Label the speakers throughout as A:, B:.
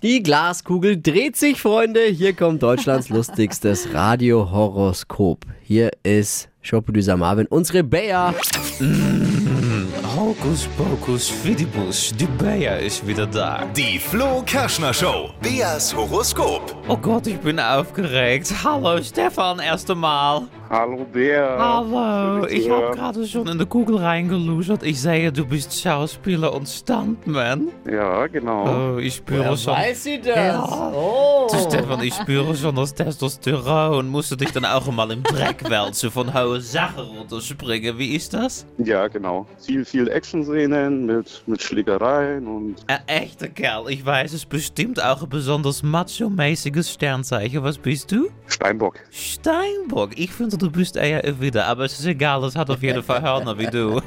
A: Die Glaskugel dreht sich, Freunde. Hier kommt Deutschlands lustigstes Radiohoroskop. Hier ist Showproducer Marvin, unsere Bea.
B: Hokus Pokus Fidibus, die Bayer ist wieder da.
C: Die Flo Kerschner Show. Beas Horoskop.
B: Oh Gott, ich bin aufgeregt. Hallo Stefan, erst einmal.
D: Hallo der.
B: Hallo, ich
D: Ja.
B: habe gerade schon in die Kugel reingelusert. Ich sehe, du bist Schauspieler und Stuntman.
D: Ja, genau.
B: Oh, ich spüre schon.
A: sie das?
B: Ja.
A: Oh.
B: Du, Dus Stefan, ich spüre schon das Testosteron. Musst du dich dann auch mal im Dreck wälzen von hohe Sachen runterspringen? Wie ist das?
D: Ja, genau. Viel, viel Action-Szenen mit, mit Schlägereien und
B: Een echte Kerl, ich weiß es bestimmt auch ein besonders macho-mäßiges Sternzeichen. Was bist du?
D: Steinbock.
B: Steinbock, ich finde, du bist eher ein Widder, aber es ist egal, es hat auf jeden Fall Hörner wie du.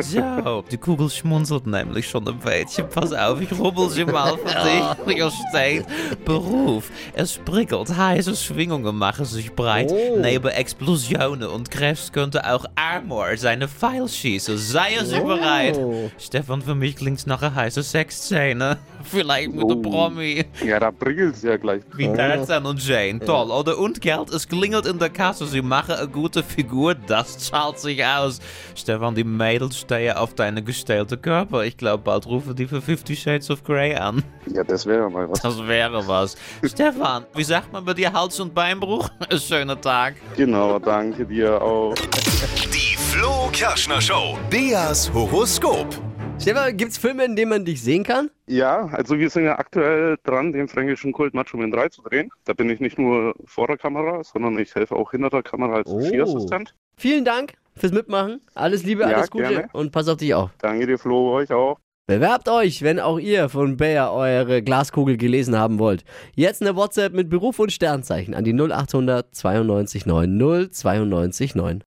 B: so, die Kugel schmunzelt nämlich schon ein bisschen. Pass auf, ich rubbel sie mal für dich. Hier steht Beruf. Es prickelt, heiße Schwingungen machen sich breit. Neben Explosionen und Krebs könnte auch Armor seine Pfeil schießen. Sei es bereit. Stefan, für mich klingt's nach einer heißen Sexszene. Vielleicht mit einem
D: Oh.
B: Promi.
D: Ja, da prickelt's ja gleich.
B: Wie Tarzan und Jane. Toll, oder? Und Geld, es klingelt in dus der Kasse. Sie machen eine gute Figur, das zahlt sich aus. Stefan, die Mädels stehen auf deine gestellte Körper. Ich glaube, bald rufen die für Fifty Shades of Grey an.
D: Ja, das wäre mal was.
B: Das wäre was. Stefan, wie sagt man bei dir Hals- und Beinbruch? Schöner Tag.
D: Genau, danke dir auch.
C: Die Flo Kerschner Show. Beas Horoskop.
A: Stefan, gibt's Filme, in denen man dich sehen kann?
D: Ja, also wir sind ja aktuell dran, den fränkischen Kult Macho Man 3 zu drehen. Da bin ich nicht nur vor der Kamera, sondern ich helfe auch hinter der Kamera als
A: Oh.
D: Regieassistent.
A: Vielen Dank fürs Mitmachen. Alles Liebe,
D: Ja,
A: alles Gute
D: gerne.
A: und pass auf dich auf.
D: Danke dir, Flo, euch auch.
A: Bewerbt euch, wenn auch ihr von Bayer eure Glaskugel gelesen haben wollt. Jetzt eine WhatsApp mit Beruf und Sternzeichen an die 0800 92 9 0 92 9.